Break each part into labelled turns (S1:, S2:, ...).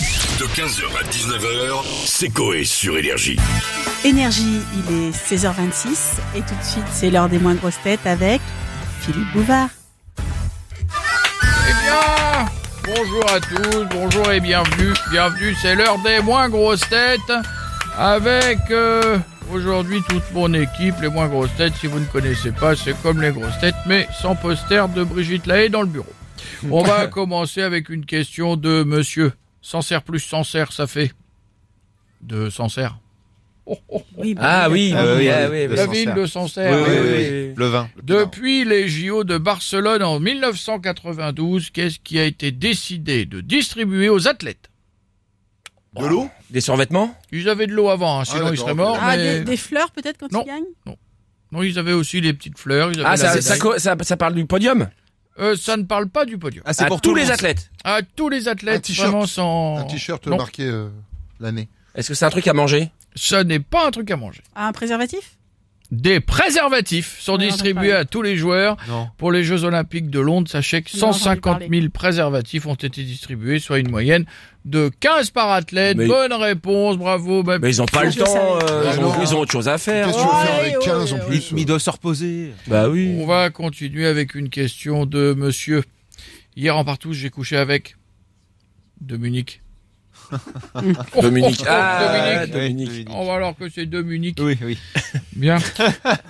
S1: De 15h à 19h, c'est Coé sur Énergie.
S2: Énergie, il est 16h26 et tout de suite c'est l'heure des moins grosses têtes avec Philippe Bouvard.
S3: Eh bien, bonjour à tous, bonjour et bienvenue. Bienvenue, c'est l'heure des moins grosses têtes. Avec euh, aujourd'hui toute mon équipe, les moins grosses têtes, si vous ne connaissez pas, c'est comme les grosses têtes, mais sans poster de Brigitte Lahaye dans le bureau. On va commencer avec une question de monsieur. Sancerre plus Sancerre, ça fait De Sancerre. Oh, oh, oh.
S2: Oui,
S4: Ah oui,
S5: Ah
S4: oui,
S5: oui,
S4: ah
S5: oui,
S4: oui,
S5: de
S4: oui.
S3: La ville de Sancerre.
S4: Oui, oui, oui.
S5: Le vin.
S3: Depuis les JO de Barcelone en 1992, qu'est-ce qui a été décidé de distribuer aux athlètes
S5: De l'eau
S4: Des survêtements
S3: Ils avaient de l'eau avant, hein, sinon
S5: d'accord,
S3: ils seraient
S5: ok.
S3: morts.
S2: Ah,
S3: mais...
S2: des, des fleurs peut-être quand
S3: Non.
S2: il gagne
S3: Non, ils avaient aussi les petites fleurs. ils avaient la
S4: Ah, ça,
S3: médaille.
S4: ça, co- ça, ça parle du podium
S3: Euh, ça ne parle pas du podium.
S5: Ah,
S4: À tous les athlètes.
S3: À tous les
S5: Un
S3: athlètes,
S5: t-shirt.
S3: vraiment sans.
S5: Un t-shirt
S3: Non.
S5: marqué euh, l'année.
S4: Est-ce que c'est un truc à manger
S3: Ça n'est pas un truc à manger.
S2: Ah, Un préservatif
S3: Des préservatifs sont
S2: On en a
S3: distribués
S2: parlé.
S3: à tous les joueurs.
S5: Non.
S3: Pour les Jeux Olympiques de Londres, sachez que
S2: On en a entendu
S3: 150
S2: parler.
S3: 000 préservatifs ont été distribués, soit une moyenne de 15 par athlète.
S4: Mais-
S3: Bonne réponse, bravo. ma
S4: Mais ils ont pas le
S2: Je
S4: temps,
S2: savais.
S4: euh, ils,
S5: Ah
S4: ont,
S5: non.
S4: ils ont autre chose à faire.
S5: Qu'est-ce que tu veux
S2: Oh,
S5: faire
S2: allez,
S5: avec
S2: ouais,
S5: 15 en
S2: ouais,
S5: plus euh
S6: Mais il doit se reposer.
S4: Bah oui.
S3: On va continuer avec une question de monsieur. Hier en partout, j'ai couché avec Dominique.
S4: Dominique.
S3: Oh,
S4: Ah,
S3: Dominique.
S4: Dominique.
S3: On va alors que c'est Dominique.
S6: Oui, oui.
S3: Bien.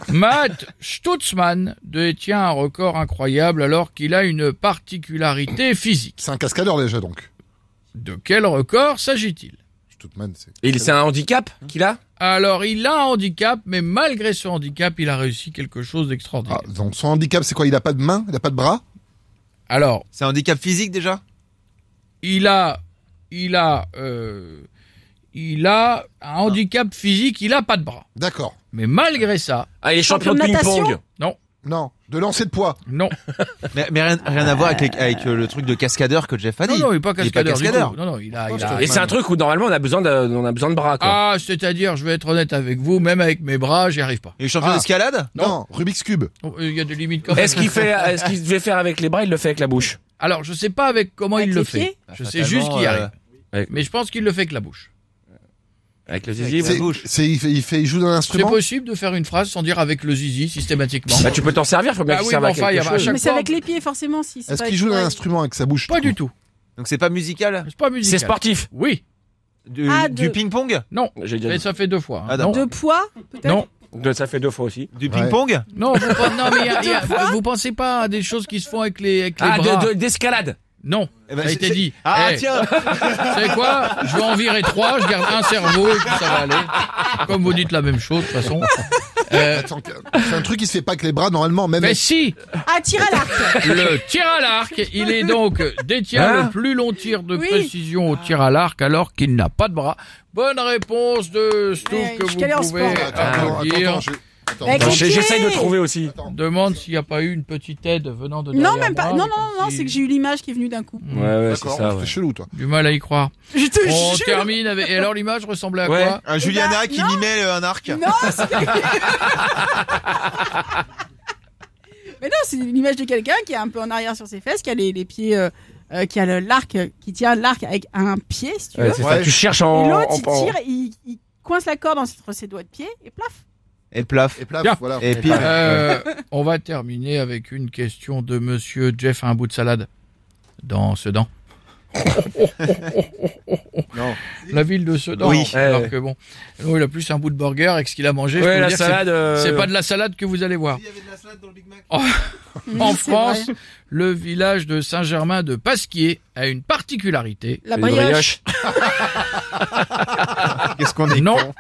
S3: Matt Stutzman détient un record incroyable alors qu'il a une particularité physique.
S5: C'est un cascadeur déjà donc.
S3: De quel record s'agit-il
S5: Stoutman, c'est.
S4: Il c'est un handicap qu'il a
S3: Alors, il a un handicap, mais malgré ce handicap, il a réussi quelque chose d'extraordinaire.
S5: Ah, donc son handicap, c'est quoi Il a pas de main Il a pas de bras
S3: Alors,
S6: C'est un handicap physique déjà
S3: il a, il a, euh, il a un handicap physique, il a pas de bras.
S5: D'accord.
S3: Mais malgré ça,
S4: Ah, il est champion de
S2: Champion de
S4: ping-pong.
S2: natation
S5: Non. De lancer de poids.
S3: non,
S6: Mais, mais rien, rien à voir avec, les- avec euh, le truc de cascadeur que Jeff a
S3: non,
S6: dit.
S3: non, il est pas
S6: Il est pas
S3: cascadeur. du
S6: cascadeur.
S3: tout. Non, non, il a, il a-
S4: Et c'est un truc où normalement on a besoin de, on a besoin de bras, quoi.
S3: Ah, c'est-à-dire, je vais être honnête avec vous, même avec mes bras, j'y arrive pas.
S6: Il est champion
S5: Ah.
S6: d'escalade
S3: Non.
S5: Non. Rubik's Cube.
S3: Oh, Il y a des limites quand même.
S4: Est-ce qu'il fait, est-ce qu'il devait faire avec les bras, il le fait avec la bouche
S3: Alors, je sais pas avec comment
S2: Avec
S3: il le
S2: les
S3: fait.
S2: pieds
S3: Je sais juste qu'il y arrive.
S4: Avec-
S3: Mais je pense qu'il le fait avec la bouche.
S4: Avec le zizi
S5: C'est,
S4: ouais.
S6: bouche.
S5: c'est- il, fait, il fait- il joue d'un
S3: C'est
S5: instrument
S3: possible de faire une phrase sans dire avec le zizi systématiquement.
S4: Bah tu peux t'en servir, faut bien
S3: Ah
S4: qu'il
S3: oui,
S4: serve
S3: mais
S4: à
S3: enfin, il y
S4: quelque
S3: a- à
S4: chose.
S3: chaque-
S2: Mais c'est
S3: fois-
S2: avec les pieds forcément si. c'est
S5: Est-ce
S2: pas
S5: qu'il joue
S2: avec-
S5: d'un
S2: Ouais.
S5: instrument avec sa bouche
S3: Pas du tout.
S6: Donc c'est pas musical
S3: C'est pas musical.
S4: C'est sportif.
S3: Oui.
S6: Du,
S2: Ah, de-
S6: du ping-pong
S3: Non.
S4: J'ai déjà
S3: Mais
S4: dit.
S3: ça fait deux fois. hein.
S6: Ah,
S3: non.
S6: d'accord.
S2: De poids peut-être
S3: Non.
S4: Donc, Ça fait deux fois aussi.
S6: Du
S5: Ouais.
S6: ping-pong
S3: Non, vous, pas- non, mais il y a- il y a- vous pensez pas à des choses qui se font avec les, avec les
S4: Ah,
S3: bras.
S4: de- de- d'escalade.
S3: Non,
S6: Eh ben,
S2: Bah,
S3: ça a
S6: c'est-
S3: été
S6: c'est-
S3: dit.
S6: Ah
S3: Eh,
S6: tiens
S3: Vous savez quoi Je vais en virer trois, je garde un cerveau et puis ça va aller. Comme vous dites la même chose, de toute façon. Euh,
S5: Attends, C'est un truc qui se fait pas avec les bras normalement, même.
S3: mais si
S2: Ah, tir à l'arc
S3: Le tir à l'arc, il est donc détient
S4: Hein
S3: le plus long tir de
S2: Oui.
S3: précision au tir à l'arc alors qu'il n'a pas de bras. Bonne réponse de Stouff
S2: Eh,
S3: que
S2: je suis allé en
S3: vous pouvez euh,
S2: sport.
S5: Attends, attends,
S3: applaudir.
S5: attends, je- attends,
S2: Avec
S5: attends,
S2: les-
S4: Bah, J'ai- J'essaye de
S2: pieds
S4: trouver aussi.
S5: attends.
S3: Demande s'il n'y a pas eu une petite aide venant de derrière
S2: Non, même pas.
S3: moi,
S2: Non, non, non,
S3: mais
S2: non,
S3: si-
S2: c'est que j'ai eu l'image qui est venue d'un coup.
S4: Ouais, ouais, c'est
S5: D'accord,
S4: ça.
S5: c'est
S4: ouais.
S5: chelou, toi.
S3: Du mal à y croire.
S2: Je te
S3: On
S2: jure
S3: termine avec... Et alors l'image ressemblait à
S4: Ouais.
S3: quoi
S6: Un Juliana
S2: Eh ben,
S6: qui
S2: non.
S6: mimait euh, un arc.
S2: Non, c'est- Mais non, c'est l'image de quelqu'un qui est un peu en arrière sur ses fesses, qui a les, les pieds, euh, euh, qui a le- l'arc, euh, qui tient l'arc avec un pied, si tu veux.
S4: Ouais, c'est ça.
S5: Ouais.
S4: Tu cherches
S2: et
S4: en,
S2: l'autre,
S4: en-
S2: il
S4: en-
S2: tire, il, il coince la corde entre ses doigts de pied et plaf.
S6: Et plaf.
S5: Et plaf,
S3: Tiens.
S5: voilà.
S6: Et puis.
S3: Euh, On va terminer avec une question de monsieur Jeff à un bout de salade. Dans Sedan.
S6: Non.
S3: La ville de Sedan.
S6: Oui.
S3: Alors
S4: Ouais.
S3: que bon, il a plus un bout de burger avec ce qu'il a mangé. je peux
S4: Ouais,
S3: vous
S4: la
S3: dire que c'est
S4: salade. euh,
S3: C'est pas de la salade que vous allez voir.
S2: Mmh,
S3: En
S2: c'est
S3: France,
S2: vrai.
S3: le village de Saint-Germain de Pasquier a une particularité.
S2: la
S4: une
S2: brioche.
S4: brioche.
S6: Qu'est-ce qu'on est
S3: Non.
S6: con.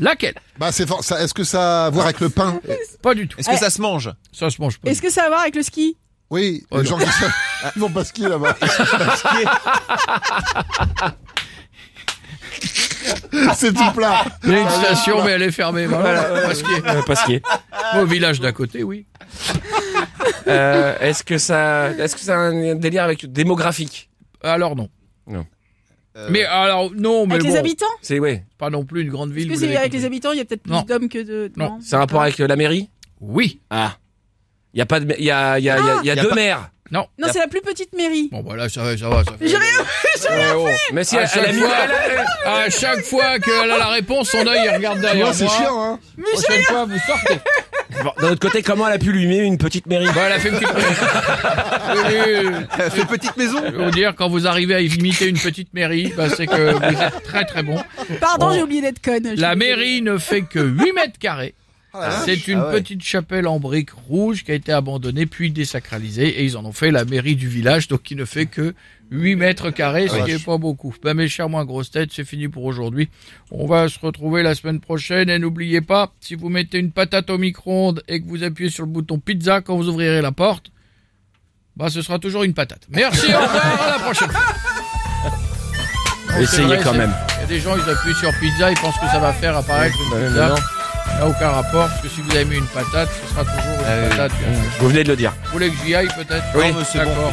S3: Laquelle
S5: Bah, c'est for- ça- Est-ce que ça a à voir avec le pain
S3: Pas du tout.
S6: Est-ce
S2: Eh.
S6: que ça se mange
S3: Ça se mange pas.
S2: Est-ce que ça a à voir avec le ski
S5: Oui,
S3: Oh,
S5: les gens qui savent- ils vont pas skier là-bas. C'est tout plat.
S3: Il y a une station, mais elle est fermée. Voilà, Pasquier.
S4: Euh, pasquier.
S3: Au village d'à côté, oui.
S4: Euh, est-ce que ça, est-ce que c'est un délire avec démographique
S3: Alors non.
S6: Euh,
S3: Mais alors non, mais
S2: Avec les
S3: bon,
S2: habitants
S4: C'est ouais.
S3: pas non plus une grande
S2: Est-ce
S3: ville.
S2: que
S3: vous
S2: c'est
S3: l'avez
S2: avec
S3: compris.
S2: les habitants Il y a peut-être
S3: Non.
S2: plus d'hommes que de.
S3: Non.
S4: C'est un rapport avec euh, la mairie.
S3: Oui.
S4: Ah. Il y a pas de, il y a, il y a, il y a, il y a
S2: Ah.
S4: deux maires.
S3: Non.
S2: Non, c'est la plus petite mairie.
S3: Bon, voilà, ça va, ça va. Ça fait...
S2: J'ai rien
S4: Ouais, oh. Mais si
S3: À
S4: elle, elle a
S3: chaque
S4: mis.
S3: fois.
S4: elle a- elle-
S3: À chaque fois qu'elle a la réponse, son œil il regarde
S5: Tu
S3: derrière
S5: vois, c'est
S3: moi.
S5: chiant, hein.
S3: Prochaine fois, vous sortez.
S4: Bon, D'un autre côté, comment elle a pu lui mettre une petite mairie
S3: Bah, elle a fait une petite mairie. Oui, oui.
S6: Fait petite maison.
S3: Je vais vous dire, quand vous arrivez à imiter une petite mairie, bah, c'est que vous êtes très très bon.
S2: Pardon,
S3: Bon.
S2: j'ai oublié d'être conne.
S3: La
S2: Je-
S3: mairie ne fait que 8 mètres carrés. C'est une
S6: Ah ouais.
S3: petite chapelle en briques rouges qui a été abandonnée puis désacralisée et ils en ont fait la mairie du village donc qui ne fait que 8 mètres carrés
S4: Ah
S3: ce qui est pas beaucoup. Ben mes chers moins grosses têtes c'est fini pour aujourd'hui. On va se retrouver la semaine prochaine et n'oubliez pas si vous mettez une patate au micro-ondes et que vous appuyez sur le bouton pizza quand vous ouvrirez la porte bah ce sera toujours une patate. Merci au revoir à la prochaine. Non, c'est
S4: Essayez
S3: vrai,
S4: quand
S3: c'est-
S4: même.
S3: il y a des gens, ils appuient sur pizza, ils pensent que ça va faire apparaître une
S4: Ouais,
S3: pizza.
S4: bah mais non.
S3: Il n'y a aucun rapport, parce que si vous avez mis une patate, ce sera toujours
S4: Ah
S3: une patate.
S4: Vous venez de le dire.
S3: Vous voulez que j'y aille peut-être
S6: Oui. Non, mais c'est bon.
S3: D'accord.